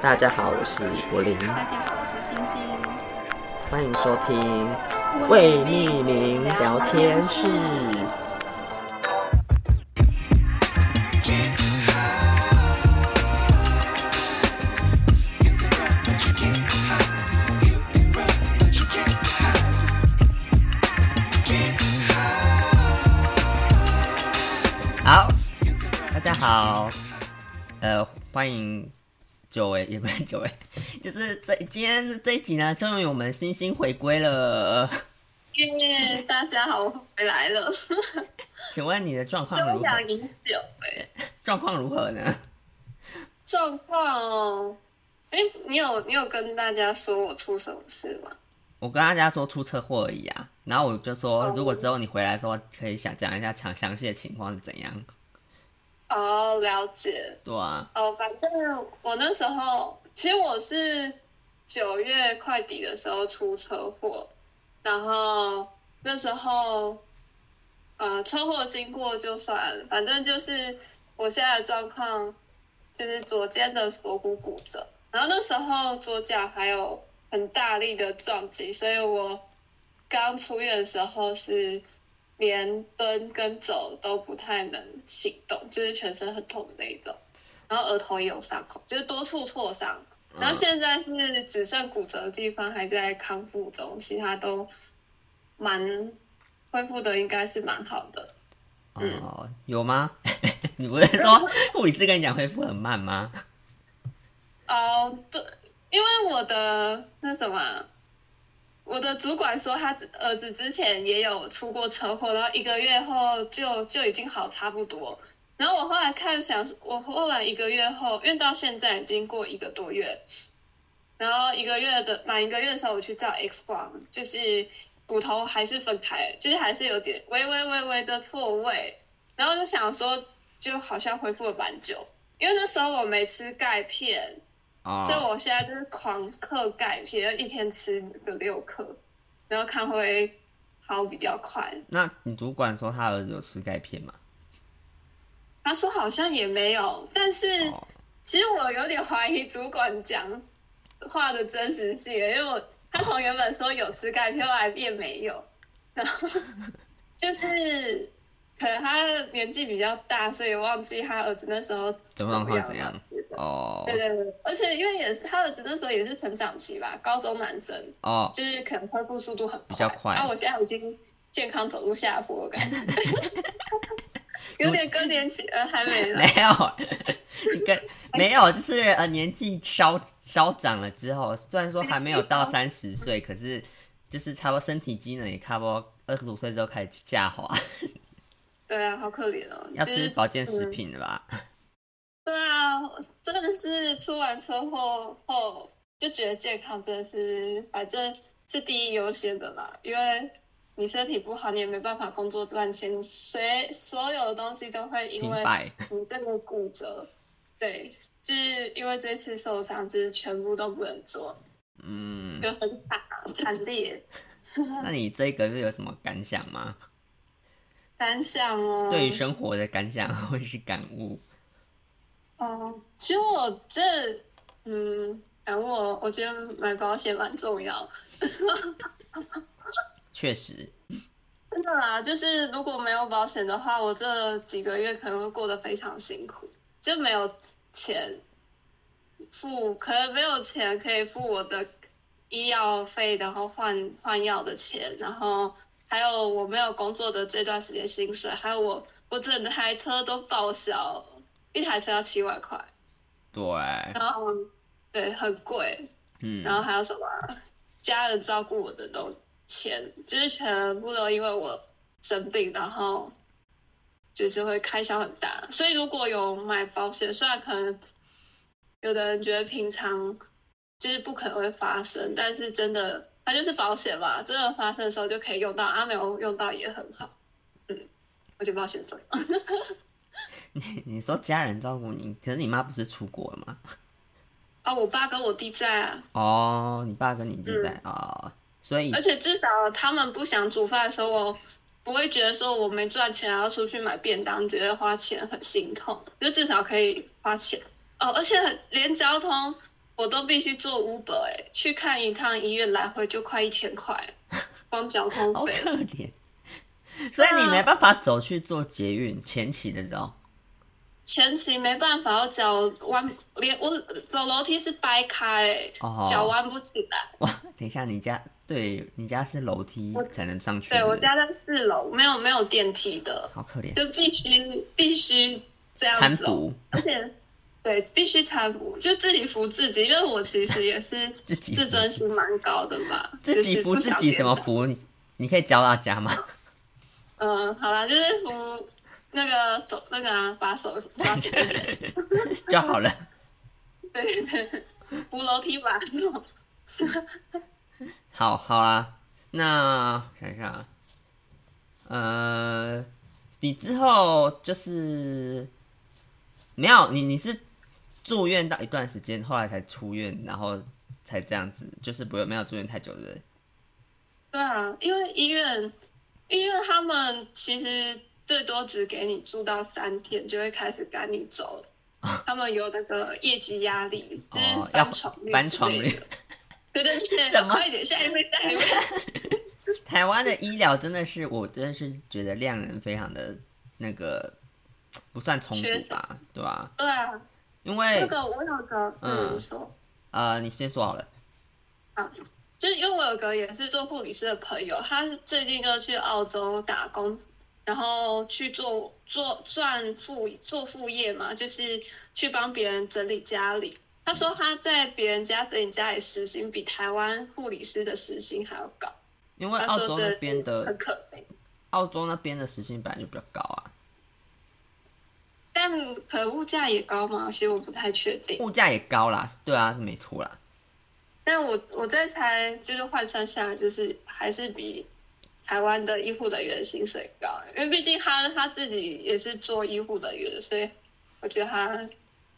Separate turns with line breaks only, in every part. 大家好，我是柏林，
大家好，我是星星。
欢迎收听未命名聊天室。好，大家好，呃，欢迎久违也不是久违，就是这今天这一集呢，终于我们星星回归了。
耶、大家好，我回来了，休
请问你的状况如何？
养已久哎，
状况如何呢？
状况哦。哎、你有你有跟大家说我出什么事吗？
我跟大家说出车祸而已啊，然后我就说
哦，
如果之后你回来的时候，可以想讲一下详详细的情况是怎样。
哦，了解。
对啊，
哦，反正我那时候，其实我是九月快底的时候出车祸，然后那时候，呃，车祸经过就算了，反正就是我现在的状况就是左肩的锁骨骨折，然后那时候左脚还有很大力的撞击，所以我刚出院的时候是连蹲跟走都不太能行动，就是全身很痛的那一种。然后额头也有伤口，就是多处挫伤。然后现在是只剩骨折的地方还在康复中，其他都蛮恢复的，应该是蛮好的。嗯
哦，有吗？ 你不是说护理师跟你讲恢复很慢吗？
哦，对，因为我的那什么啊，我的主管说他子儿子之前也有出过车祸，然后一个月后就就已经好差不多。然后我后来看想，我后来一个月后，因为到现在已经过一个多月，然后一个月的满一个月的时候，我去照 X 光，就是骨头还是分开，就是还是有点微微微微的错位，然后就想说，就好像恢复了蛮久，因为那时候我没吃钙片，所以
哦，
我现在就是狂嗑钙片，一天吃个六颗，然后看会好比较快。
那你主管说他儿子有吃钙片吗？
他说好像也没有，但是
哦，
其实我有点怀疑主管讲话的真实性，因为我他从原本说有吃钙片，后来变没有，然后 就是可能他年纪比较大，所以忘记他儿子那时候
怎么样会
样
怎
了
样？哦
对对对，而且因为也是他儿子那时候也是成长期吧，高中男生，
哦，
就是可能恢复速度很快，
比较快
啊，我现在已经健康走入下坡，我感觉 有点更年期，呃，还没
没
来。
有，你 跟没有，就是呃年纪稍稍长了之后，虽然说还没有到
年纪稍
三十岁，可是就是差不多身体机能也差不多二十五岁之后开始下滑，
对啊，好可怜哦。
要
就
吃
是
保健食
嗯
品了吧？
对啊，真的是出完车祸后就觉得健康真的是，反正是第一优先的啦，因为你身体不好，你也没办法工作赚钱，谁所有的东西都会因
停
为
摆。
你这个骨折，对，就是因为这次受伤，就是全部都不能做，
嗯，
就很惨啊惨烈。
那你这个月有什么感想吗？
单向哦，
对于生活的感想或是感悟？
哦，其实我这，嗯，然后我我觉得买保险蛮重要，
确实，
真的啦，就是如果没有保险的话，我这几个月可能会过得非常辛苦，就没有钱付，可能没有钱可以付我的医药费，然后换换药的钱，然后还有我没有工作的这段时间薪水，还有我我整台车都报销，一台车要七万块，
对，
然后对很贵，然后
嗯，
还有什么啊家人照顾我的都钱，就是全部都因为我生病，然后就是会开销很大。所以如果有买保险，虽然可能有的人觉得平常就是不可能会发生，但是真的它就是保险嘛，真的发生的时候就可以用到，啊没有用到也很好。嗯，我觉得保险重要。
你 你说家人照顾你，可是你妈不是出国了吗？
啊、我爸跟我弟在啊，
哦，你爸跟你弟在
嗯
哦，所以
而且至少他们不想煮饭的时候，我不会觉得说我没赚钱，然后出去买便当，觉得花钱很心痛。就至少可以花钱哦，而且连交通我都必须坐 Uber 哎、去看一趟医院来回就快一千块了，光交通
好
费。
可怜。 所以你没办法走去做捷运前期的时候，
前期没办法，我脚弯连我走楼梯是掰开、欸
哦，
脚弯不起来。
哇，等一下，你家对你家是楼梯才能上去是不是，
对我家在四楼，没有没有电梯的，
好可怜，
就必须必须这样
搀
走，
扶
而且对必须搀扶，就自己扶自己，因为我其实也是
自己扶
自尊心蛮高的吧，
自己扶自己什么
就是不想
扶？
别人
你你可以教大家吗？
嗯，好啦，就是扶那个手那个、啊、把手抓 紧一点，
就好了，
对，扶楼梯把手。
好好啊。那我想一下啊，呃，你之后就是没有你，你是住院到一段时间，后来才出院，然后才这样子，就是不没有住院太久，对不对？
对啊，因为医院，医院他们其实最多只给你住到三天，就会开始赶你走了。他们有那个业绩压力，就是
哦，要
翻床率
翻
之
床
类
率
的。。对对对，
怎么
快一点，下一位，下一位。
台湾的医疗真的是，我真的是觉得量能非常的那个不算充
缺
足
少
吧，对吧、
对啊，
因为
那个我有个，
嗯
嗯，你说，
呃，你先说好了，
就是因为我有个也是做护理师的朋友，他最近就去澳洲打工，然后去做做赚副做副业嘛，就是去帮别人整理家里。他说他在别人家整理家里时薪比台湾护理师的时薪还要高，
因为
他
澳
说
洲
这
那边的
很可悲。
澳洲那边的时薪本来就比较高啊，
但可能物价也高嘛，其实我不太确定。
物价也高啦，对啊，是没错啦。
但我我在猜，就是换算下来，就是还是比台湾的医护人员薪水高，因为毕竟他他自己也是做医护人员，所以我觉得他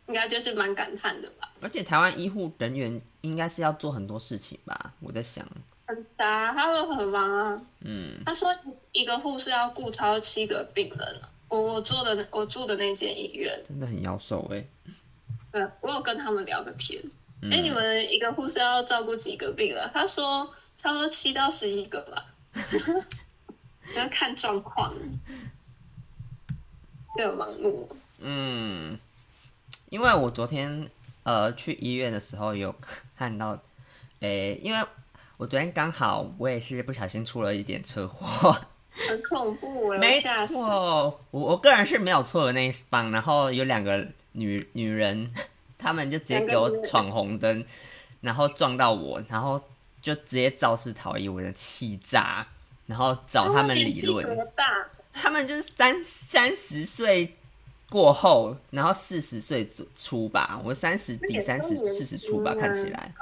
应该就是蛮感叹的吧。
而且台湾医护人员应该是要做很多事情吧，我在想，
很杂，他们很忙啊。
嗯，
他说一个护士要顾超七个病人啊我我做的我住的那间医院，
真的很妖兽哎、
对我有跟他们聊个天。
嗯
哎、你们一个护士要照顾几个病人？他说差不多七到十一个吧， 要看状况，对，忙碌。
嗯，因为我昨天呃去医院的时候有 看到，诶、因为我昨天刚好我也是不小心出了一点车祸，
很恐怖，我
没
吓死。
错，我我个人是没有错的那一方，然后有两个女女人，她们就直接给我
两个女人
闯红灯，然后撞到我，然后就直接肇事逃逸，我的气炸，然后
啊
找哦他们理论。
哦年纪多大？
他们就是三三十岁过后，然后四十岁左出吧，我三十
那
底
也
三十
都年
四
轻
十出吧，
啊
看起来，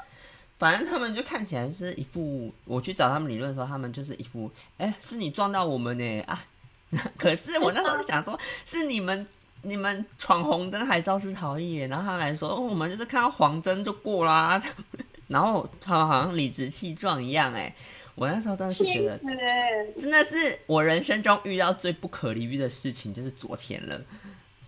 反正他们就看起来就是一副，我去找他们理论的时候，他们就是一副，哎、是你撞到我们呢、啊， 可是我那时候想说，是你们。你们闯红灯还肇事逃逸耶，然后他们还说、哦，我们就是看到黄灯就过啦， 然后他们好像理直气壮一样哎，我那时候真的是觉
气
得
死欸！
真的是我人生中遇到最不可理喻的事情，就是昨天了。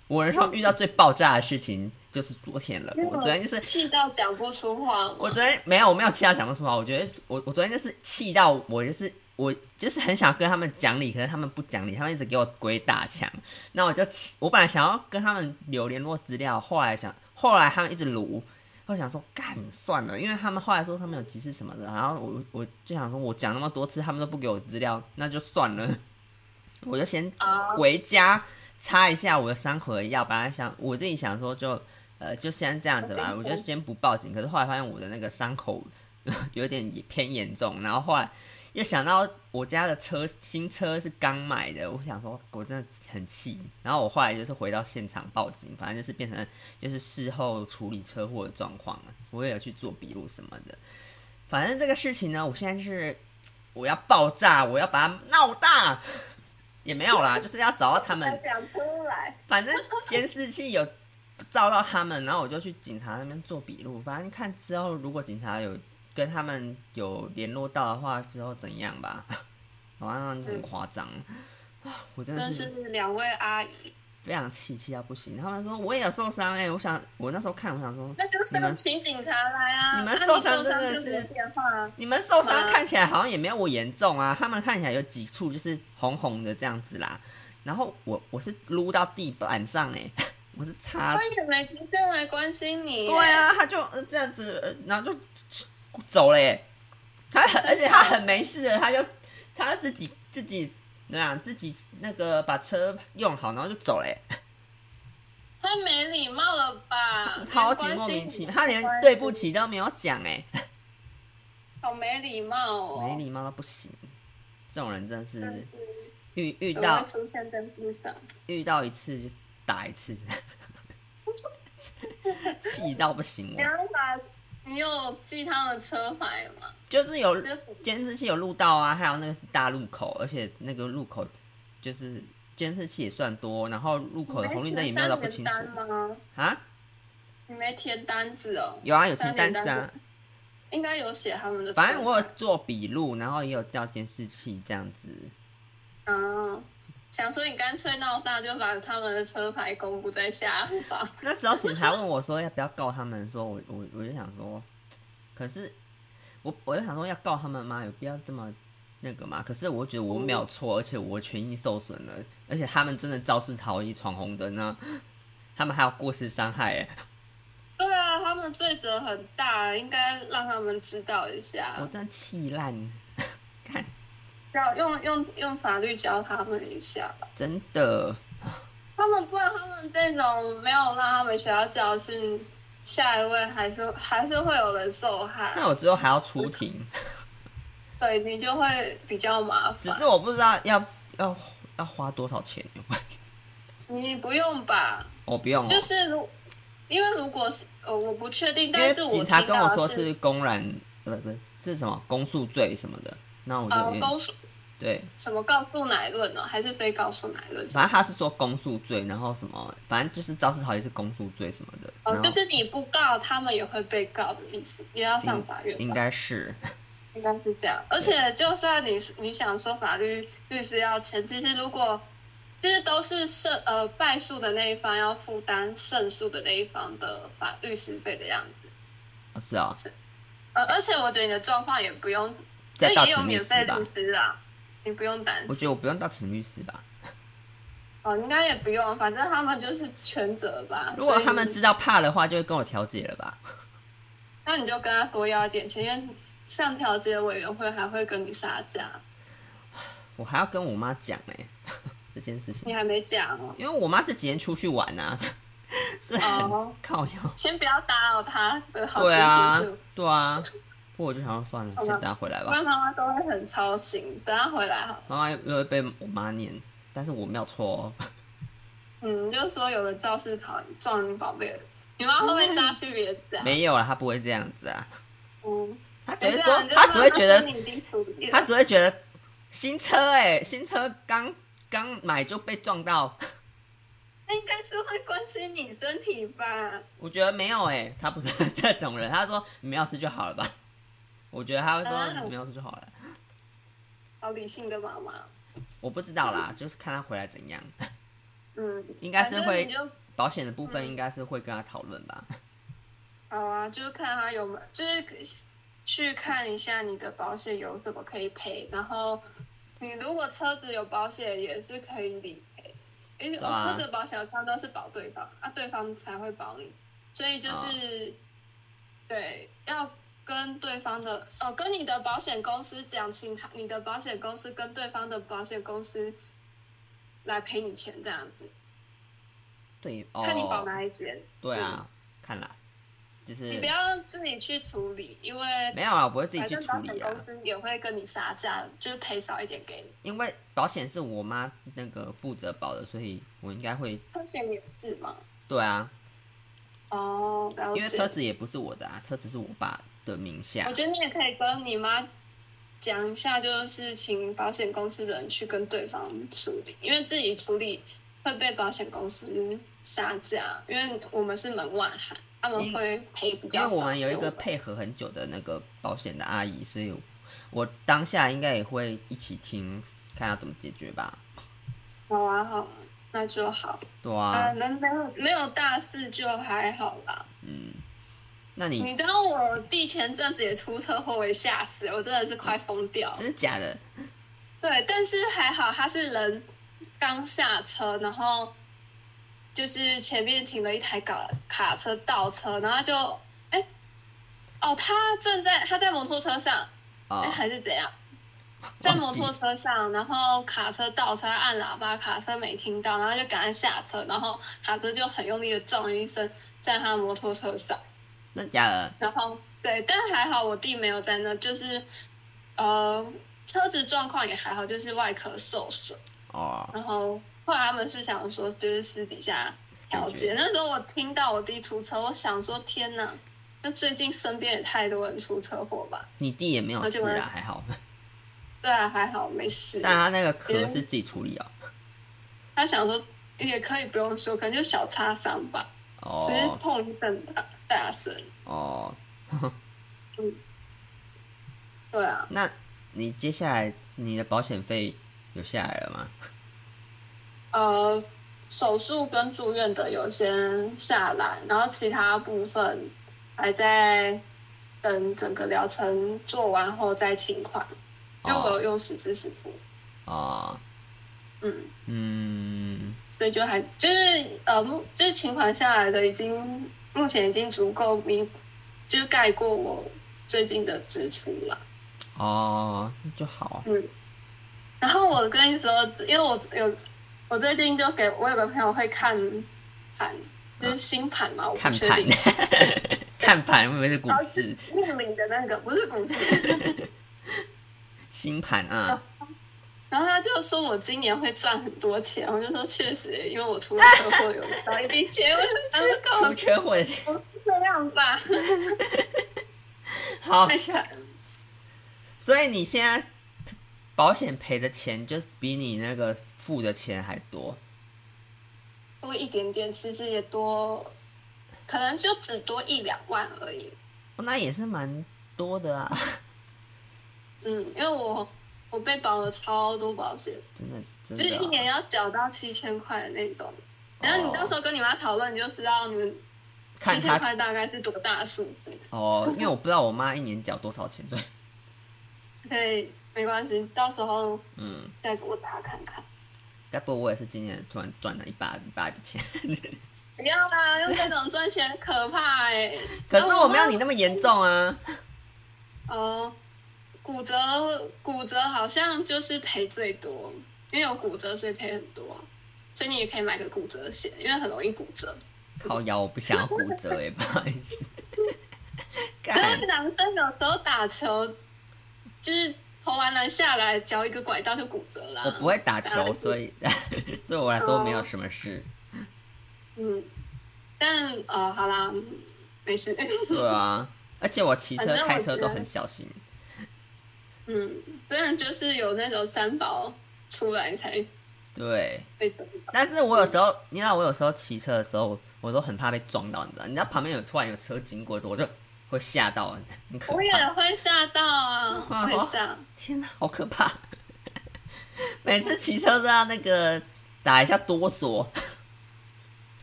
我人生中遇到最爆炸的事情就是昨天了。我昨天就是，
气到讲不出话嘛。
我昨天没有，我没有气到讲不出话。我觉得我我昨天就是气到我就是我就是很想跟他们讲理，可是他们不讲理，他们一直给我鬼打墙。那我就气，我本来想要跟他们留联络资料，后来想，后来他们一直撸，我想说干算了，因为他们后来说他们有急事什么的，然后我我就想说，我讲那么多次，他们都不给我资料，那就算了， 我就先
啊
回家擦一下我的伤口的药。本来想我自己想说就呃就先这样子吧，我
我
就
先
先不报警。可是后来发现我的那个伤口 有点偏严重，然后后来又想到我家的车新车是刚买的，我想说我真的很气。然后我后来就是回到现场报警，反正就是变成就是事后处理车祸的状况了。我也有去做笔录什么的。反正这个事情呢，我现在就是我要爆炸，我要把它闹大，也没有啦，就是要找到他
才
们。
讲出来，
反正监视器有照到他们，然后我就去警察那边做笔录。反正看之后，如果警察有跟他们有联络到的话，之后怎样吧。好像很夸张啊！我真
真
的
的
是
是两位阿姨，
非常气，气到不行。然后他说我也有受伤哎、我想我那时候看，我想说
那就是
你们
请警察来啊！
你们
啊
受
你
伤
受
真的
就是留电话啊。
你们受伤
啊
看起来好像也没有我严重啊，他们看起来有几处就是红红的这样子啦。然后我我是撸到地板上哎、 我是擦
他也没停下来关心你。
对，啊，他就呃这样子，呃然后就走了耶。他很，而且他很没事的，他就他自己自己那样自己那个把车用好，然后就走了欸耶，
太没礼貌了 吧？
超级
连关
莫
心
名其
你
妙。他连对不，起都没有讲哎，
好没礼貌哦。
没礼貌到不行。这种人真的是
嗯
遇遇
怎么
到
会出现在路上？
遇到一次就打一次， 气到不行
你
我。
要把，你有记他的车牌吗？
就是有
就是
监视器有录到啊，还有那个是大路口，而且那个路口就是监视器也算多，然后路口的红绿灯也没有到不清楚
你没填单吗？
啊。
你没填单子哦？
有啊，有
三
填
联
单子啊，
应该有写他们的车牌。
反正我有做笔录，然后也有调监视器这样子。
嗯，想说你干脆闹大，就把他们的车牌公布在下方。
那时候警察问我说要不要告他们的时候，我我我就想说，可是我我就想说要告他们吗？有必要这么那个吗？可是我觉得我没有错，而且我权益受损了，而且他们真的肇事逃逸闯红灯呢，他们还有过失伤害欸耶。
对啊，他们罪责很大，应该让他们知道一
我
下，
真的气烂，看
要用用用法律教他们一下。
真的
他们不然他们这种没有让他们学到教训，下一位还是还是会有人受害。
那我之后还要出庭，
对你就会比较麻
只
烦。
是我不知道要要要花多少钱，
你不用吧？
我不用哦，
就是如，因为如果是呃，我不确定，
因
但
为
是我
警察
听
跟
到
我说
的
是公然，呃不是是什么公诉罪什么的，那我就有
呃
点
公诉
对，
什么告诉乃论呢、还是非告诉乃论？
反正他是说公诉罪，然后什么，反正就是肇事逃逸是公诉罪什么的，
哦，
然
就
后
是你不告，他们也会被告的意思，也要上法院吧
应该是
应该是这样。而且就算你你想说法律律师要钱，其实如果就是都是胜呃败诉的那一方要负担胜诉的那一方的法律师费的样子。
哦是哦，
呃，而且我觉得你的状况也不用，就
再到
也有
请律
免
师
费
吧
律，师啦，你不用担
我觉
心。
得我不用到请律师吧，
哦，应该也不用，反正他们就是全责吧。
如果
所以
他们知道怕的话，就会跟我调解了吧。
那你就跟他多要一点钱，因为上调解委员会还会跟你杀价，
我还要跟我妈讲哎、 这件事情，
你还没讲哦。
因为我妈这几天出去玩啊， 所以很
哦
靠腰。
先不要打扰他的好
对
心情
啊
是不是，
对啊，不过我就想说算了，
好吧
先等她回来
不
吧。
然妈妈都会很操心。等他回来好了，
妈妈又会被我妈念，但是我没有错哦。
嗯，就说有人肇事逃逸撞你宝贝了，你妈会不会杀去别家？
没有啊，她不会这样子啊，
嗯，
她只
等一
会
下
说
你，就
她只会
说
觉得
心，里已经处理
她
了。
只会觉得新车哎、新车刚刚买就被撞到，
那应该是会关心你身体吧？
我觉得没有哎、她不是这种人，她说你没有事就好了吧。我觉得她会
啊
说你没有事就好了，
好理性的妈妈，
我不知道 啦，就是看她回来怎样。
嗯，
应该是
反正
会
你就
保险的部分
嗯
应该是会跟他讨论吧。
好啊，就是看他有没有，就是去看一下你的保险有什么可以赔，然后你如果车子有保险也是可以理赔，因为
对啊
我车子的保险它都是保对方，啊，对方才会保你，所以
啊
就是、对要。跟对方的哦，跟你的保险公司讲，请他你的保险公司跟对方的保险公司来赔你钱，这样子，
对
看你保
哦，
哪一间，
对啊，看啦，就是
你不要自己去处理，因为
没有啊，我不会自己
反
去
正
处
保险
理
公
啊，
司也会跟你杀价，就是赔少一点给你。
因为保险是我妈那个负责保的，所以我应该会
车险也是嘛？
对啊，
哦，了解。
因为车子也不是我的啊，车子是我爸的名下
我。觉得你也可以跟你妈讲一下，就是请保险公司的人去跟对方处理，因为自己处理会被保险公司杀价，因为我们是门外汉，他们会赔比
因为
较少。啊
我们有一个，配合很久的那个保险的阿姨，所以我当下应该也会一起听，看要怎么解决吧。
好啊好啊，那就好
对
啊。
啊，
那没有没有大事就还好啦。
嗯，那你
你知道我弟前阵子也出车祸，我也吓死了，我真的是快疯掉。
真的假的？
对，但是还好他是人刚下车，然后就是前面停了一台卡卡车倒车，然后他就哎、哦，他正在他在摩托车上，哎、
哦，
还是怎样，在摩
忘记
托车上，然后卡车倒车他按喇叭，卡车没听到，然后就赶快下车，然后卡车就很用力的撞了一声在他摩托车上。
真的假的？
然后对，但还好我弟没有在那，就是呃车子状况也还好，就是外壳受损。
哦，
然后后来他们是想说，就是私底下调
解决
解。那时候我听到我弟出车，我想说天哪，那最近身边也太多人出车祸吧？
你弟也没有
而且
事
我
啦，还好。
对啊，还好没事。
但他那个壳是自己处理哦。
他想说也可以不用修，可能就小擦伤吧，只是
哦
碰一阵大大声。
哦，
对啊，
那你接下来你的保险费有下来了吗？
呃，手术跟住院的有先下来，然后其他部分还在等整个疗程做完后再请款，因为我有用实支实付，
哦，
嗯，
嗯，
所以就还就是呃目就是请款下来的已经目前已经足够弥，就是盖过我最近的支出了。
哦，那就好。
嗯，然后我跟你说，因为我有我最近就给我有个朋友会看盘，就是星盘嘛，我不
啊看
确
盘
定。，
看盘会不会是股市
命名的那个不是股市，
新盘啊？
然后他就说我今年会赚很多钱，我就说确实，因为我出了车祸有到一笔钱，我就当时告
出
诉
缺货的，
我这样吧，
好
太惨了。
所以你现在保险赔的钱就比你那个付的钱还多
多一点点，其实也多，可能就只多一两万而已。
哦，那也是蛮多的啊，
嗯，因为我我被保了超多保险，
真的啊真
就是一
的
年要缴到七千块的那种。
哦。
然后你到时候跟你妈讨论，你就知道你们
看
七千
他
块大概是多大的数字。
哦，因为我不知道我妈一年缴多少钱，所以
所以没关系，到时候
嗯，
再给我打看看。
该不会我也是今年突然赚了一把一把笔钱？
不要啦，用这种赚钱可怕哎、
可是我没有你那么严重啊。
呃，骨折骨折好像就是赔最多，因为有骨折所以赔很多，所以你也可以买个骨折险，因为很容易骨折。
靠腰，我不想要骨折哎、不好意 思。
然
干
后男生有时候打球，就是投完篮下来脚一个拐杖就骨折啦。
呃我不会打球，所 以对我来说没有什么事。
嗯，但呃，好啦，嗯没事。
对啊，而且我骑车
反、正我
开车
觉
都
得
很小心。
嗯，真的就是有那种三宝出来才
对，
被整到。
但是我有时候，你知道，我有时候骑车的时候，我都很怕被撞到，你知道？你知道旁边有突然有车经过的时候，我就会吓到，很可
我也
怕。
会吓 到
哦
啊，我也吓。
天哪，好可怕！ 每次骑车都要那个打一下哆嗦。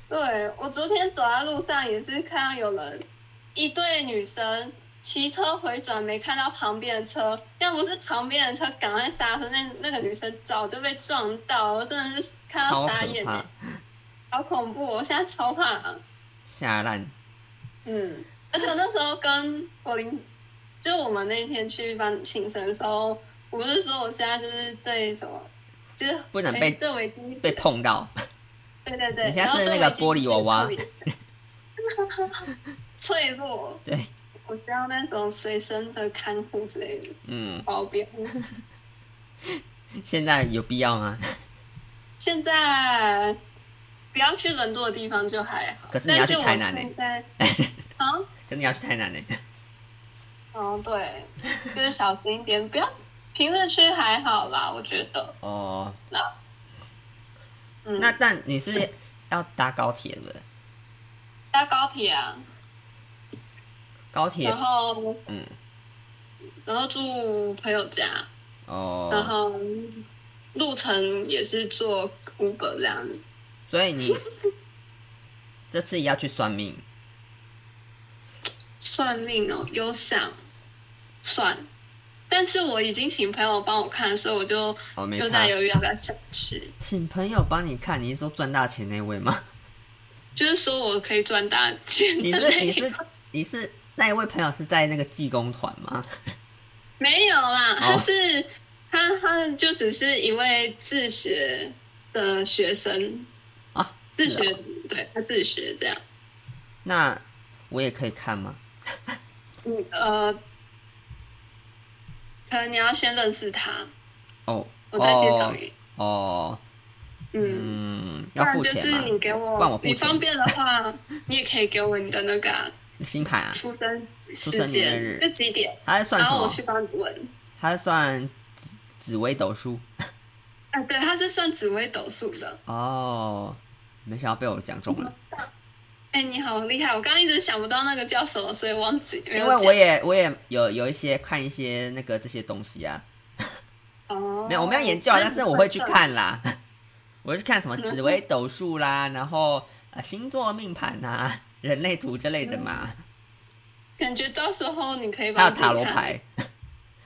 对我昨天走在路上也是看到有人，一对女生骑车回转，没看到旁边的车，要不是旁边的车赶快刹车，那那个女生早就被撞到，我真的是看
超可
到傻眼、
怕
欸，，好恐怖！我现在超怕、啊
吓烂。
嗯，而且我那时候跟我邻，就我们那天去办庆生的时候，我不是说我现在就是对什么，就是
不能
哎
被
对围巾
被，碰到，
对对对，
你现在
然后
是
对
那个
围巾
玻璃娃娃
被碰 脆弱，
对，
我需要那种随身的看护之类的
嗯，
保镖。
现在有必要吗？
现在不要去人多的地方就还好，
可是你要去
但
台
我
南欸
现在 啊。
可你要去台南呢、
哦，对，就是小心一点，不要平日去还好啦，我觉得。
哦，
那，嗯，
那但你是要搭高铁的，
搭高铁啊，
高铁
然，后
嗯，
然后住朋友家，然
哦，
后路程也是坐 Uber 这样。
所以你 这次要去算命，
算命哦，有想算，但是我已经请朋友帮我看，所以我就
哦，没
又
差
在。犹豫要不要下去。
请朋友帮你看，你是说赚大钱那位 吗？
就是说我可以赚大钱
你是
的 那
你
一种
是你是那一位朋友是在那个技工团 吗？
没有啦，
哦
他是、他他就只是一位自学的学生，
啊，
自
是
学、
哦
对他自学这样。
那我也可以看吗？
嗯呃，可能你要先认识他，
哦，
我再介
哦
绍你。
哦，
嗯，
嗯，
不
要
然
付
就
钱
是你
吗？
给我，
帮我付
你
钱
方便的话，你也可以给我你的那个啊、
星盘啊，
出生
生
时
年月日
间是几点，
他是算
然
什
后我
么
去？帮你问。
他是算紫紫微斗数
啊，对，他是算紫微斗数的。
哦，没想到被我讲中了，
哎、你好厉害！我刚刚一直想不到那个叫什么，所以忘记 没
因
有
为
讲。
我也我也有有一些看一些那个这些东西啊，
哦，
没有，我没有研究啊，但是我会去看啦。 我会去看什么紫微斗数 啦，然后呃星座命盘啊、人类图之类的嘛，
感觉到时候你可以
还
帮
有
自己
塔罗
看，
牌。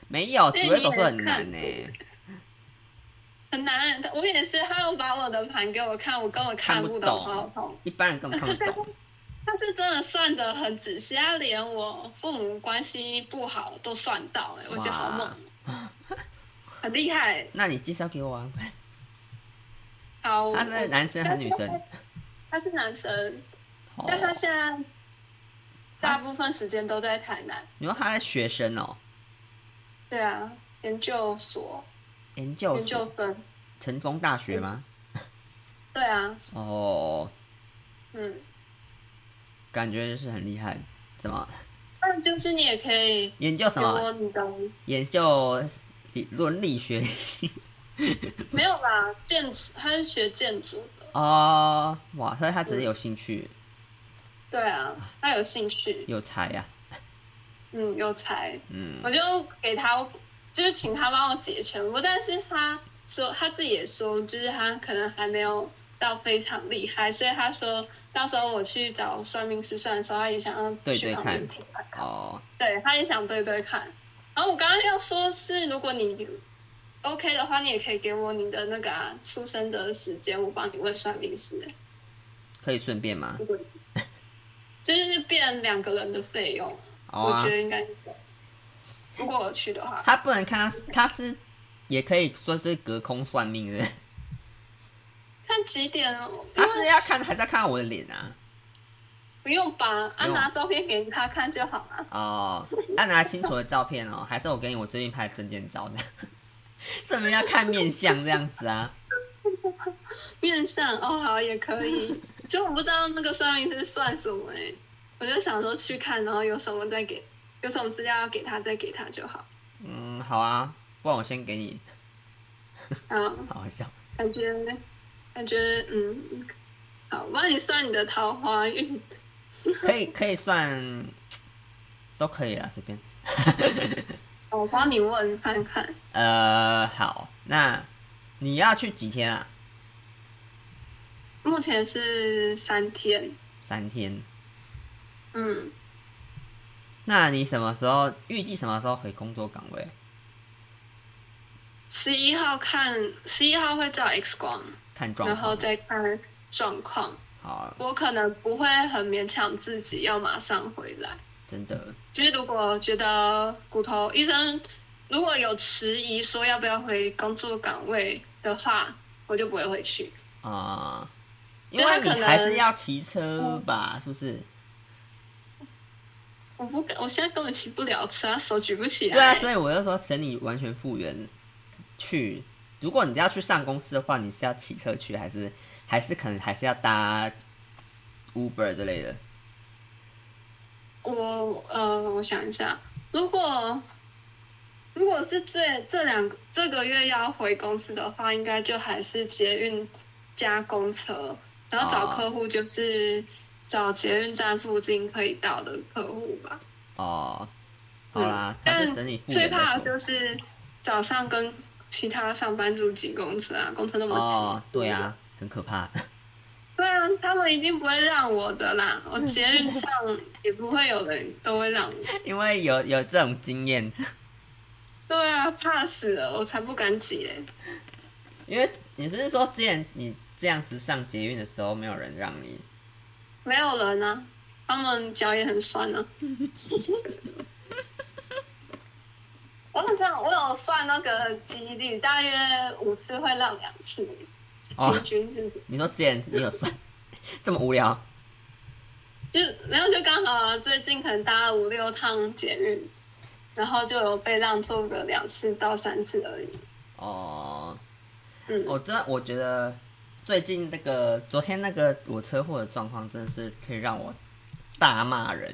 没有紫
对
微斗数
你也
很难
看
呢、
很难。我也是，他要把我的盘给我看，我根本
看
不
不
懂，
懂
头好痛。
一般人根本看不 懂。
他是真的算的很仔细，他连我父母关系不好都算到、哎，我觉得好猛哦，很厉害。
那你介绍给我啊？
好，
他是
我
男生还是女生？
他是男生，
哦，
但他现在大部分时间都在台南。
你说他是学生哦，
对啊，研究所，
研究
研究
所，
生。
成功大学吗？
对啊，
哦，
嗯，
感觉就是很厉害。怎么
但就是你也可以
研究什
给
么？啊
我你的，
研究理伦理学系
没有啦，建筑，他是学建筑的。
哦，哇，所以他只是有兴趣，
对啊，他有兴趣，
有才呀、
嗯，有才，
嗯，
我就给他，就是请他帮我解全部，但是他说他自己也说，就是他可能还没有到非常厉害，所以他说到时候我去找算命师算的时候，他也想要
对
去
对
旁
看
边听看看，
哦，
对，他也想对对看。然后我刚刚要说是，如果你 OK 的话，你也可以给我你的那个、啊、出生的时间，我帮你问算命师。欸
可以顺便吗？
就是变两个人的费用，
哦
我
啊
觉，得应该是这样。如果我去的话，
他不能看他，他是也可以说是隔空算命的，
看几点哦？
他是要看还是要看我的脸啊？
不用吧？啊，
不用
拿照片给他看就好啊了。
哦，要拿清楚的照片哦，还是我给你我最近拍的证件照的？ 顺便要看面相这样子啊？
面相哦，好也可以。 就我不知道那个算命是算什么哎、我就想说去看，然后有什么再给，有什么资料要给他再给他就好。
嗯，好啊，不然我先给你，
嗯，
好好笑。
感觉感觉嗯，好，我帮你算你的桃花运。
可以可以算，都可以啦，随便。
我帮你问看看，
呃，好，那你要去几天啊？
目前是三天，
三天。
嗯。
那你什么时候预计什么时候回工作岗位？
十一号看，十一号会照 X 光，
看状
然后
况。
再看状况。
好，
我可能不会很勉强自己要马上回来，
真的
就是如果觉得骨头医生如果有迟疑说要不要回工作岗位的话，我就不会回去。
啊、因
就他
为
可
你
能嗯
还是要骑车吧，是不是？
我不敢，我现在根本骑不了车，手举不起来。
对啊，所以我就说等你完全复原去。如果你要去上公司的话，你是要骑车去，还是还是可能还是要搭 Uber 之类的？
我呃，我想一下，如果如果是这这两个这个月要回公司的话，应该就还是捷运加公车，然后找
哦
客户就是找捷运站附近可以到的客户吧。
哦，好啦，
嗯
还是等你复
最
原
怕
再
的就
说。
是早上跟
哦
其他上班族挤公车啊，公车那么挤。
哦，对。啊，很可怕。
他们一定不会让我的啦， 我捷运上也不会有人都会让我。
因为有有这种经验，
对啊，怕死了，我才不敢挤嘞。
因为你是说之前你这样子上捷运的时候，没有人让你，
没有人啊，他们脚也很酸啊。我好像我有算那个几率，大约五次会让两次，
哦
平均是，
你说之前你有算 这么无聊，
就是没有就刚好啊。最近可能搭了五六趟捷运，然后就有被让座个两次到三次而已。
哦，
嗯
我真的我觉得最近那个昨天那个我车祸的状况，真的是可以让我大骂人。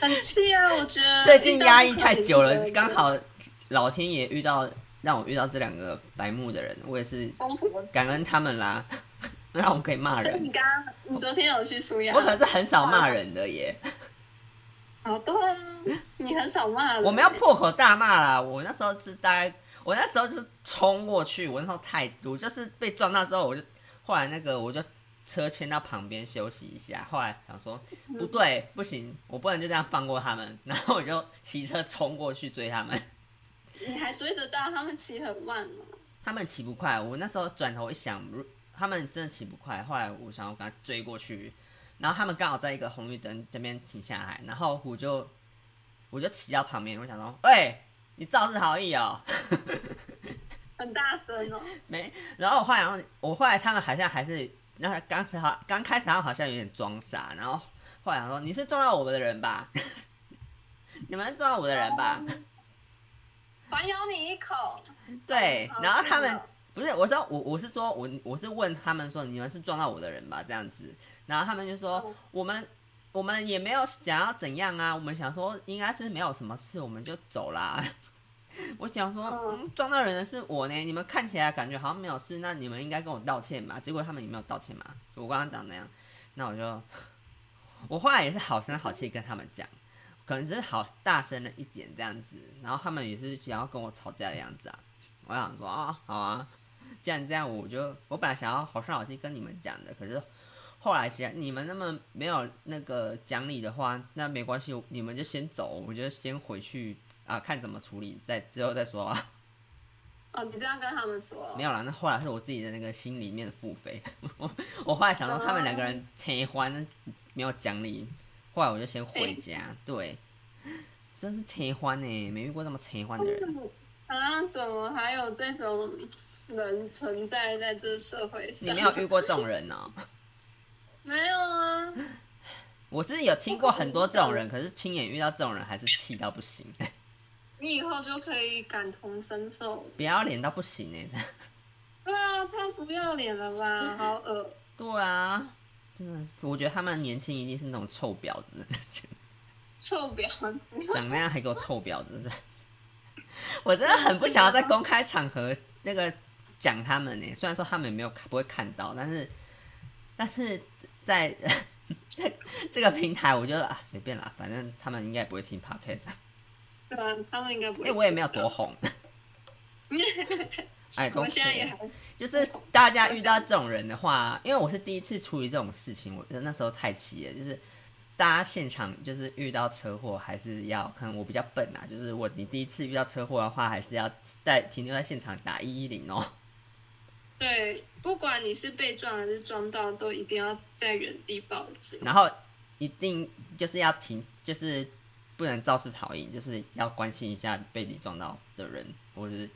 很气啊！我觉 得
最近压抑太久
遇到
了
不可理，喻的
刚好老天爷遇到让我遇到这两个白目的人，我也是
疯婆。
感恩他们啦， 让我可以骂
所以你
人。
刚刚啊你昨天有去苏雅？
我可是很少骂人的耶，
好多啊，你很少骂人欸。
我没有破口大骂啦。我那时候是大概，我那时候就是冲过去，我那时候太，我就是被撞到之后，我就后来那个我就车牵到旁边休息一下。后来想说不对，不行，我不能就这样放过他们，然后我就骑车冲过去追他们。
你还追得到，他们骑很慢呢。
他们骑不快，我那时候转头一想，如他们真的骑不快。后来我想要跟他追过去，然后他们刚好在一个红绿灯这边停下来，然后我就我就骑到旁边，我想说，喂、你肇事逃逸哦，
很大声哦，
没。然后我后来好像，我后来他们好像还是，那刚才好刚开始他们好像有点装傻，然后后来想说你是撞到我们的人吧， 你们是撞到我的人吧？
反咬你一口。
对
好，
然后他
真的
们不是，我知道，我我是说，我我是问他们说，你们是撞到我的人吧？这样子，然后他们就说，
嗯
我们我们也没有想要怎样啊，我们想说应该是没有什么事，我们就走啦。我想说，
嗯
嗯，撞到人的是我呢，你们看起来感觉好像没有事，那你们应该跟我道歉吧？结果他们也没有道歉嘛，我刚刚讲那样，那我就， 我后来也是好声好气跟他们讲。可能只是好大声了一点这样子，然后他们也是想要跟我吵架的样子啊。我想说啊、好啊，既然这样，我就我本来想要好声好气跟你们讲的，可是后来其实你们那么没有那个讲理的话，那没关系，你们就先走，我就先回去啊，看怎么处理，再之后再说啊。
哦，你这样跟他们说啊
没，有啦，那后来是我自己的那个心里面的腹诽。 我我后来想说他们两个人拆欢没有讲理，后来我就先回家。对，真是拆欢呢，没遇过这么拆欢的
哦
人。
啊，怎么还有这种人存在在这社会
你
上？
没有遇过这种人哦、
没有啊，
我是有听过很多这种人，可是亲眼遇到这种人还是气到不行，
你以后就可以感同身受。
不要脸到不行哎、
对啊，太不要脸了吧，好恶。
对啊，真的是，我觉得他们年轻一定是那种臭婊子，
臭婊子！
长那样还给我臭婊子， 我真的很不想要在公开场合那个讲他们呢、虽然说他们也没有不会看到，但是但是在 在这个平台，我觉得啊随便啦，反正他们应该也不会听 podcast，
对啊，他们应该不
因
会。
为我也没有多红。哎，
我现在也
don't care
还
就是大家遇到这种人的话，因为我是第一次处理这种事情，我那时候太气了，就是大家现场就是遇到车祸还是要，可能我比较笨啊，就是我你第一次遇到车祸的话，还是要在停留在现场打一一零哦。
对，不管你是被撞还是撞到，都一定要在原地报警。
然后一定就是要停，就是不能肇事逃逸，就是要关心一下被你撞到的人，或者是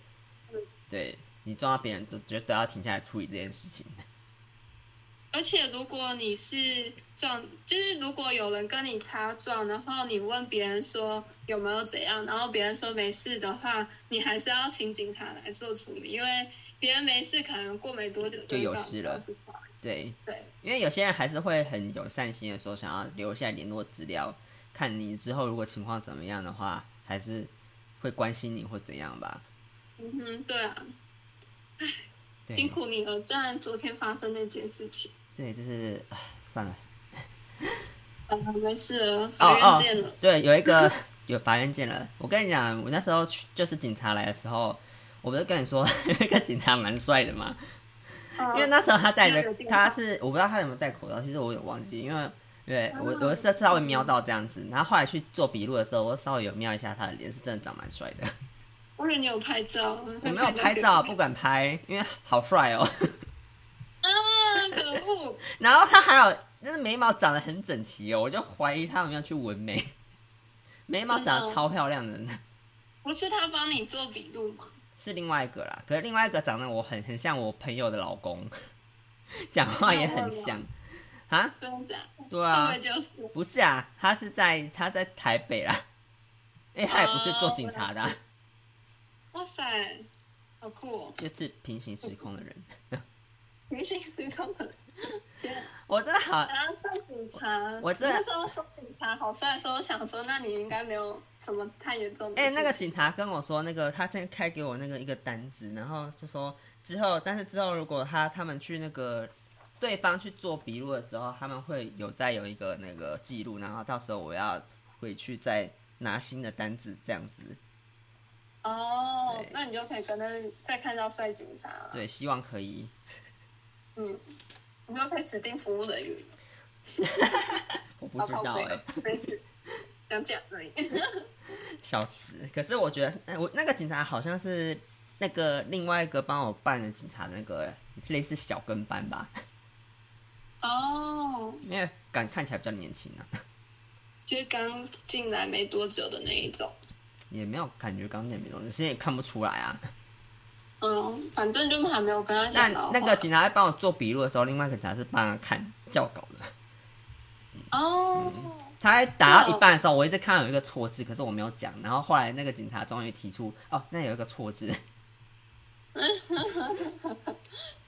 对你撞到别人都觉得要停下来处理这件事情。
而且如果你是撞，就是如果有人跟你擦撞，然后你问别人说有没有怎样，然后别人说没事的话，你还是要请警察来做处理，因为别人没事，可能过没多久
就
会
有
告
事
你
了
肇事逃逸
对，
对，
因为有些人还是会很有善心的说，想要留下联络资料，看你之后如果情况怎么样的话，还是会关心你或怎样吧。
嗯哼，对啊，
对
辛苦你了。虽然昨天发生那件事情，
对，就是唉算了。
呃，没事了，
哦
法院
哦
见了。，
对，有一 个有法院见了。我跟你讲，我那时候 去就是警察来的时候，我不是跟你说那个警察蛮帅的吗？因为
哦
那时候他戴
那
着
个，电话
他是我不知道他有没有戴口罩，其实我有点忘记，因为对
啊
我我是稍微瞄到这样子，然后后来去做笔录的时候，我稍微有瞄一下他的脸，是真的长蛮帅的。
我以为你有拍照，
我
我
没有拍照，不敢拍，因为好帅哦。
啊，可恶！
然后他还有，就是眉毛长得很整齐哦，我就怀疑他有没有去纹眉，眉毛长得超漂亮的，
不是他帮你做笔录吗？
是另外一个啦。可是另外一个长得我很很像我朋友的老公， 讲话也很像啊，
真的假的？
对
会不
啊
会，就是
不是啊，他是在他在台北啦，哎、他也不是做警察的啊、
哇塞，好酷哦！
就是平行时空的人。
明星时空的，天啊！
我真的好，
啊，上警察，
我这
那时候说警察好帅的时候，想说那你应该没有什么太严重的
哎、
事情。
那个警察跟我说，那个他先开给我那个一个单子，然后就说之后，但是之后如果他他们去那个对方去做笔录的时候，他们会有再有一个那个记录，然后到时候我要回去再拿新的单子这样子。
哦
对，
那你就可以跟他再看到帅警察了。
对，希望可以。
嗯，你就可以指定服务人员。
我不知道哎、
欸，想讲而已。
笑死！可是我觉得呃我那个警察好像是那个另外一个帮我办的警察那个类似小跟班吧，
哦，
因为感看起来比较年轻啊，
就是刚进来没多久的那一种。
也没有感觉刚见没多久，现在也看不出来啊。
嗯，反正就还没有跟他
那
讲到话
那个警察在帮我做笔录的时候，另外一个警察是帮他看校稿的。
哦，
他在打到一半的时候，我一直看到有一个错字，可是我没有讲。然后后来那个警察终于提出，哦，那有一个错字，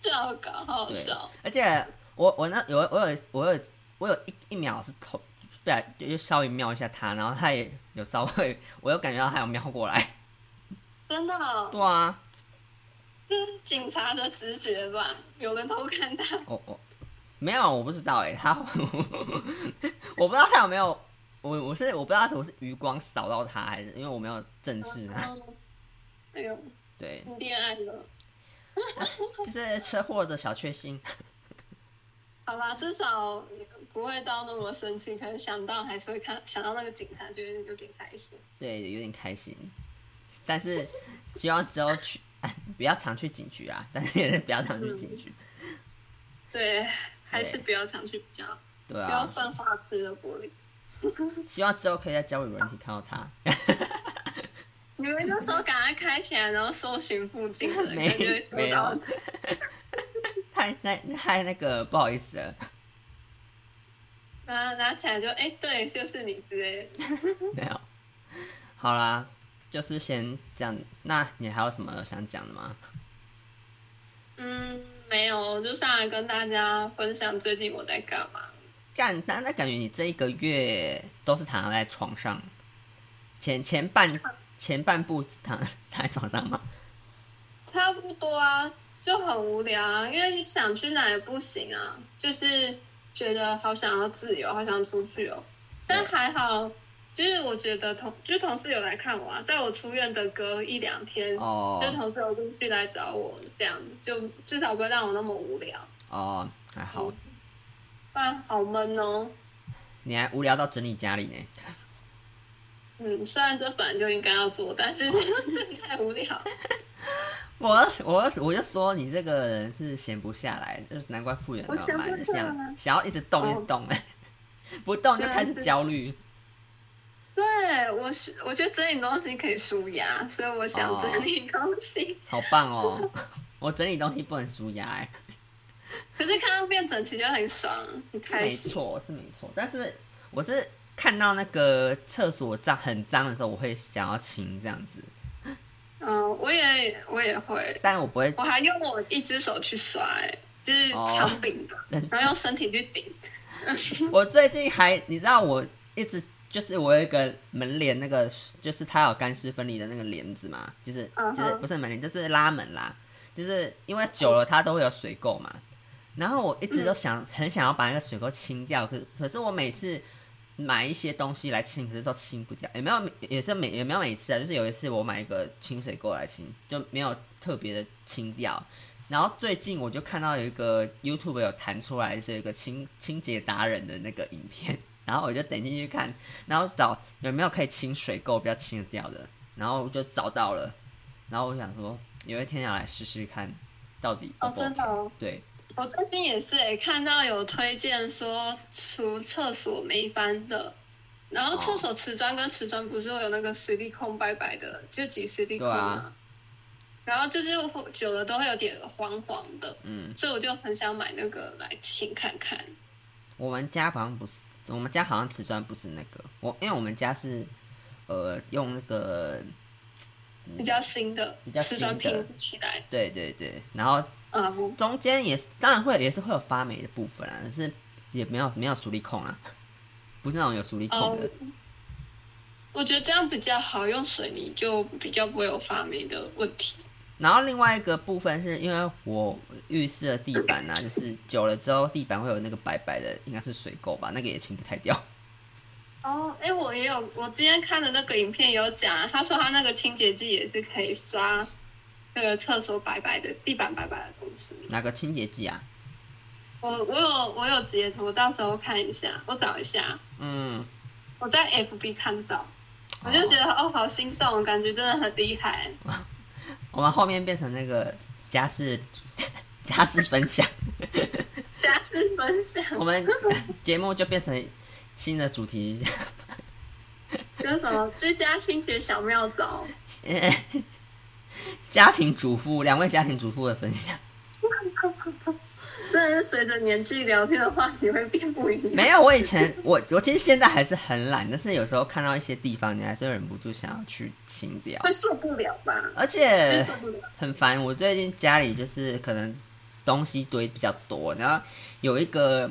这好搞，好好
对
笑。。
而且我我那有我有我有我有一一秒是头，对啊，就就稍微瞄一下他，然后他也有稍微，我有感觉到他有瞄过来。
真的哦、
对啊，
这是警察的直觉吧？有人偷看他，
我我没有，我不知道哎、他我不知道他有没有，我我是我不知道是我是余光扫到他，还是因为啊我没有正视他。
嗯哎呦，
对，
你恋爱了。
就是车祸的小确幸。
好啦，至少不会到那么生气，可能想到还是会看，想到那个警察，觉得有点开心。
对，有点开心，但是希望之后去，哎，不要常去警局啊，但是也是不要常去警局，
嗯对，还是不要常去比较好，
对
不要
啊，
犯花痴的玻璃。
希望之后可以在交友软体看到他，
你们那时候赶快开起来，然后搜寻附近的 人，
没
感觉会
没
抽到
有。，太那太那个不好意思了，
拿拿起来就哎、对，就是你之类的。
没有，好啦，就是先这样，那你还有什么想讲的吗？
嗯，没有，我就上来跟大家分享最近我在干嘛。
干，但那感觉你这一个月都是躺在床上，前前半
啊
前半部躺 躺在床上吗？
差不多啊，就很无聊啊，因为想去哪也不行啊，就是觉得好想要自由，好想出去哦。但还好，就是我觉得同就是同事有来看我啊，在我出院的隔一两天，
哦、
就同事有陆续来找我，这样就至少不会让我那么无聊。
哦，还
嗯
好，
不然好闷哦。
你还无聊到整理家里呢。
嗯，虽然这本来就应该要做，但是这太 无聊。
我我我就说你这个人是闲不下来，就是难怪富人
我
知道吗
闲不下来
想想要一直动
哦
一直动， 不动就
对啊
开始
对
焦虑。
对我是，我觉得整理东西可以舒压，所以我想
哦
整理东西。
好棒 哦！我整理东西不能舒压、哎，
可是看到变整齐就很爽，很
是
开
没
心。
错是没错，但是我是看到那个厕所脏很脏的时候，我会想要清这样子，
嗯，我也我也会，
但我不会
我还用我一只手去刷、欸，就是
哦
长柄的，
真
然后用身体去顶。 哦
我最近还，你知道我一直就是我有一个门帘，那个就是它有干湿分离的那个帘子嘛，就是
嗯哼
就是不是门帘，就是拉门啦，就是因为久了它都会有水垢嘛。然后我一直都想、很想要把那个水垢清掉，可可是我每次买一些东西来清，可是都清不掉，也没有也是每也没有每次啊，就是有一次我买一个清水垢来清，就没有特别的清掉，然后最近我就看到有一个 YouTube 有弹出来是有一个清清洁达人的那个影片，然后我就点进去看，然后找有没有可以清水垢比较清得掉的，然后我就找到了，然后我想说有一天要来试试看，到底够
哦，
不够
真的哦，
对
我最近也是诶，看到有推荐说除厕所霉斑的，然后厕所瓷砖跟瓷砖不是会有那个水力空白白的，就挤水力空
对
嘛
啊。
然后就是会久了都会有点黄黄的，
嗯，
所以我就很想买那个来清看看。
我们家好像不是，我们家好像瓷砖不是那个，我因为我们家是呃用那个
比较新的
比较
瓷砖
新的
拼起来，
对对对，然后
嗯，
中间也是，当然会也是会有发霉的部分啦，但是也没有没有熟力控啦， 不是那种有熟力控的。
我觉得这样比较好，用水泥就比较不会有发霉的问题。
然后另外一个部分是因为我浴室的地板呢、就是久了之后地板会有那个白白的，应该是水垢吧，那个也清不太掉。
哦，哎，我也有，我今天看的那个影片有讲，他说他那个清洁剂也是可以刷那个厕所白白的、地板白白的东西。
哪个清洁剂啊？
我我有我有截图，到时候看一下，我找一下，
嗯，
我在 FB 看到，我就觉得哦，好心动，感觉真的很厉害。
我们后面变成那个家事 家事分享，
家事分享，
我们节目就变成新的主题，
就是什么居家清洁小妙招。
家庭主妇两位家庭主妇的分享。
真的是随着年纪聊天的话题会变不一样。
没有，我以前我我其实现在还是很懒，但是有时候看到一些地方，你还是忍不住想要去清掉，
会受不了吧？
而
会
且
受不了。
很烦。我最近家里就是可能东西堆比较多，然后有一个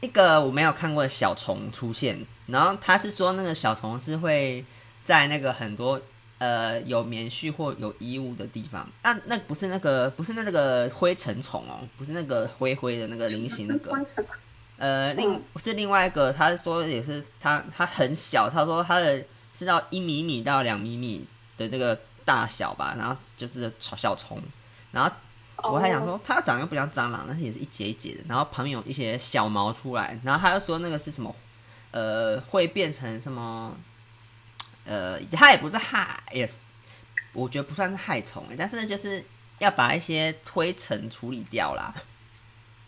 一个我没有看过的小虫出现，然后他是说那个小虫是会在那个很多。呃，有棉絮或有衣物的地方，那、那不是那个，不是那个灰尘虫哦，不是那个灰灰的那个菱形那个，呃，另
嗯
是另外一个，他说也是他他很小，他说他的是到一米米到两米米的这个大小吧，然后就是小小虫，然后我还想
哦
说它长得又不像蟑螂，但是也是一节一节的，然后旁边有一些小毛出来，然后他又说那个是什么，呃，会变成什么，呃，它也不是害，也是我觉得不算是害虫，欸但是就是要把一些灰尘处理掉啦。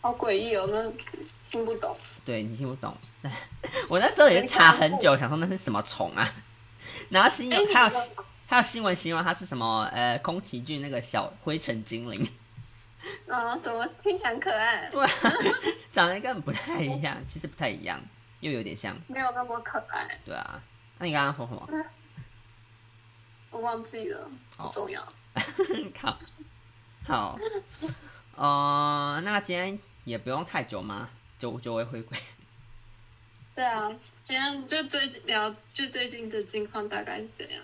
好诡异哦，那听不懂。
对你听不懂。 我那时候也是查很久，想说那是什么虫啊。 然后新
哎
闻
你
还有
知道
新还有新闻形容它是什么呃宫崎骏那个小灰尘精灵，
嗯，怎么听起来很可爱？
对啊，长得根本不太一样，其实不太一样，又有点像，
没有那么可爱，
对啊。那你刚刚说什么？
我忘记了，不
哦
重要。
靠，好，哦、那今天也不用太久嘛，就就会回归。
对啊，今天就最近聊，就最近的近况大概是怎样？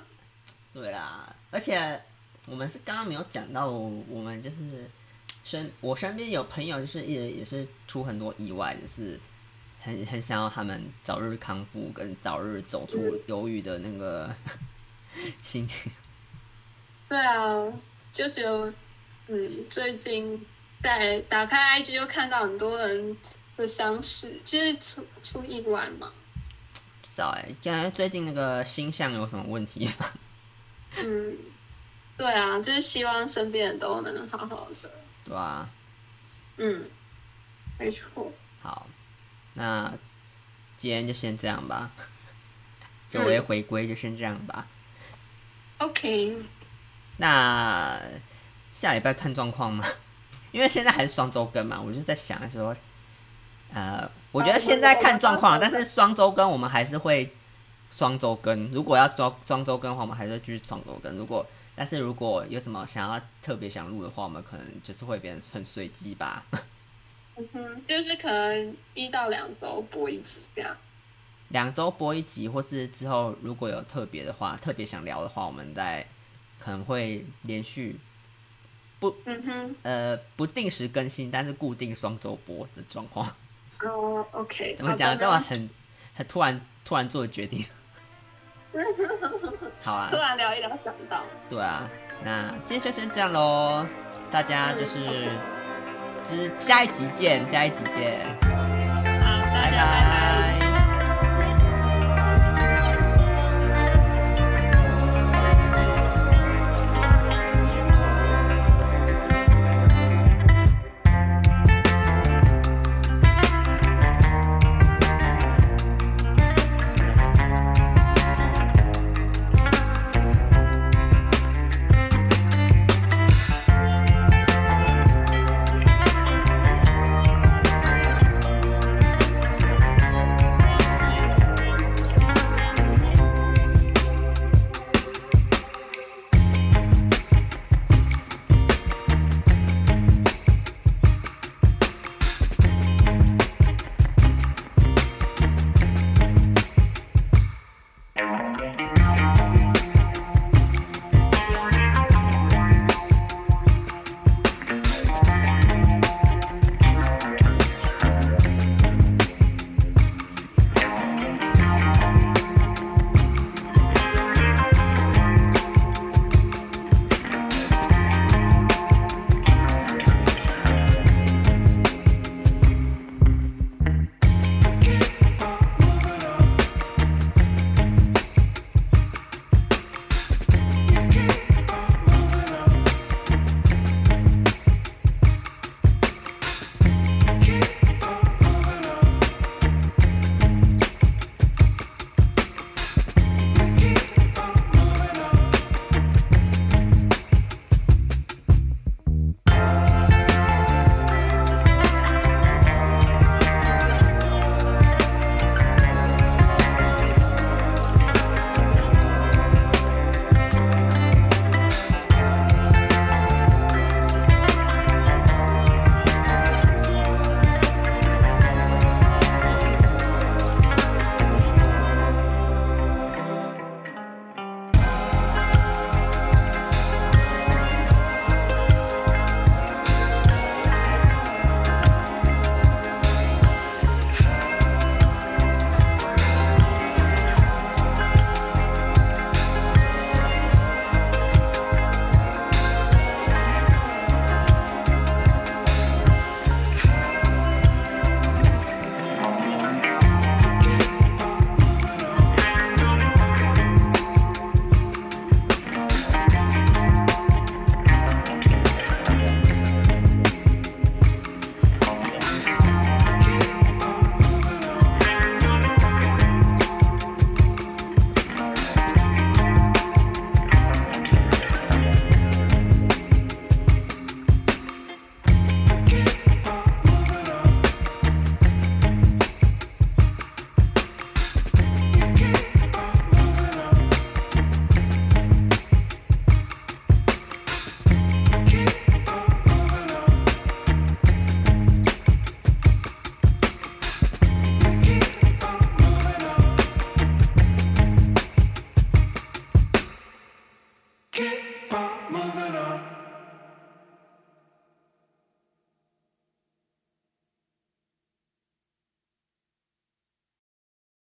对啦，而且我们是刚刚没有讲到，我们就是身我身边有朋友就是也也是出很多意外，就是很很想要他们早日康复跟早日走出忧郁的那个心情。
对啊，就只有嗯，最近在打开 IG 就看到很多人的伤势，就是出出意外嘛。
不知道哎、感觉最近那个星象有什么问题吗？
嗯，对啊，就是希望身边人都能好好的。
对啊吧、
嗯，没错。
好，那今天就先这样 吧，久违回归就先这样吧。
OK，
那下礼拜看状况嘛， 因为现在还是双周更嘛，我就在想说，呃，我觉得现在看状况，但是双周更我们还是会双周更。如果要双双周更的话，我们还是会继续双周更。如果但是如果有什么想要特别想录的话，我们可能就是会变成很随机吧。
嗯哼，就是可能一到两周播一集这样。
两周播一集，或是之后如果有特别的话，特别想聊的话，我们再可能会连续
嗯哼，
呃不定时更新，但是固定双周播的状况。
哦、o k
怎么讲这么很很突然突然做的决 定？啊好啊
突，然聊一聊想到，
啊对啊，那今天就先这样喽，大家就是，
嗯
之下一集见，下一集见，
好，大
拜
家拜拜。
拜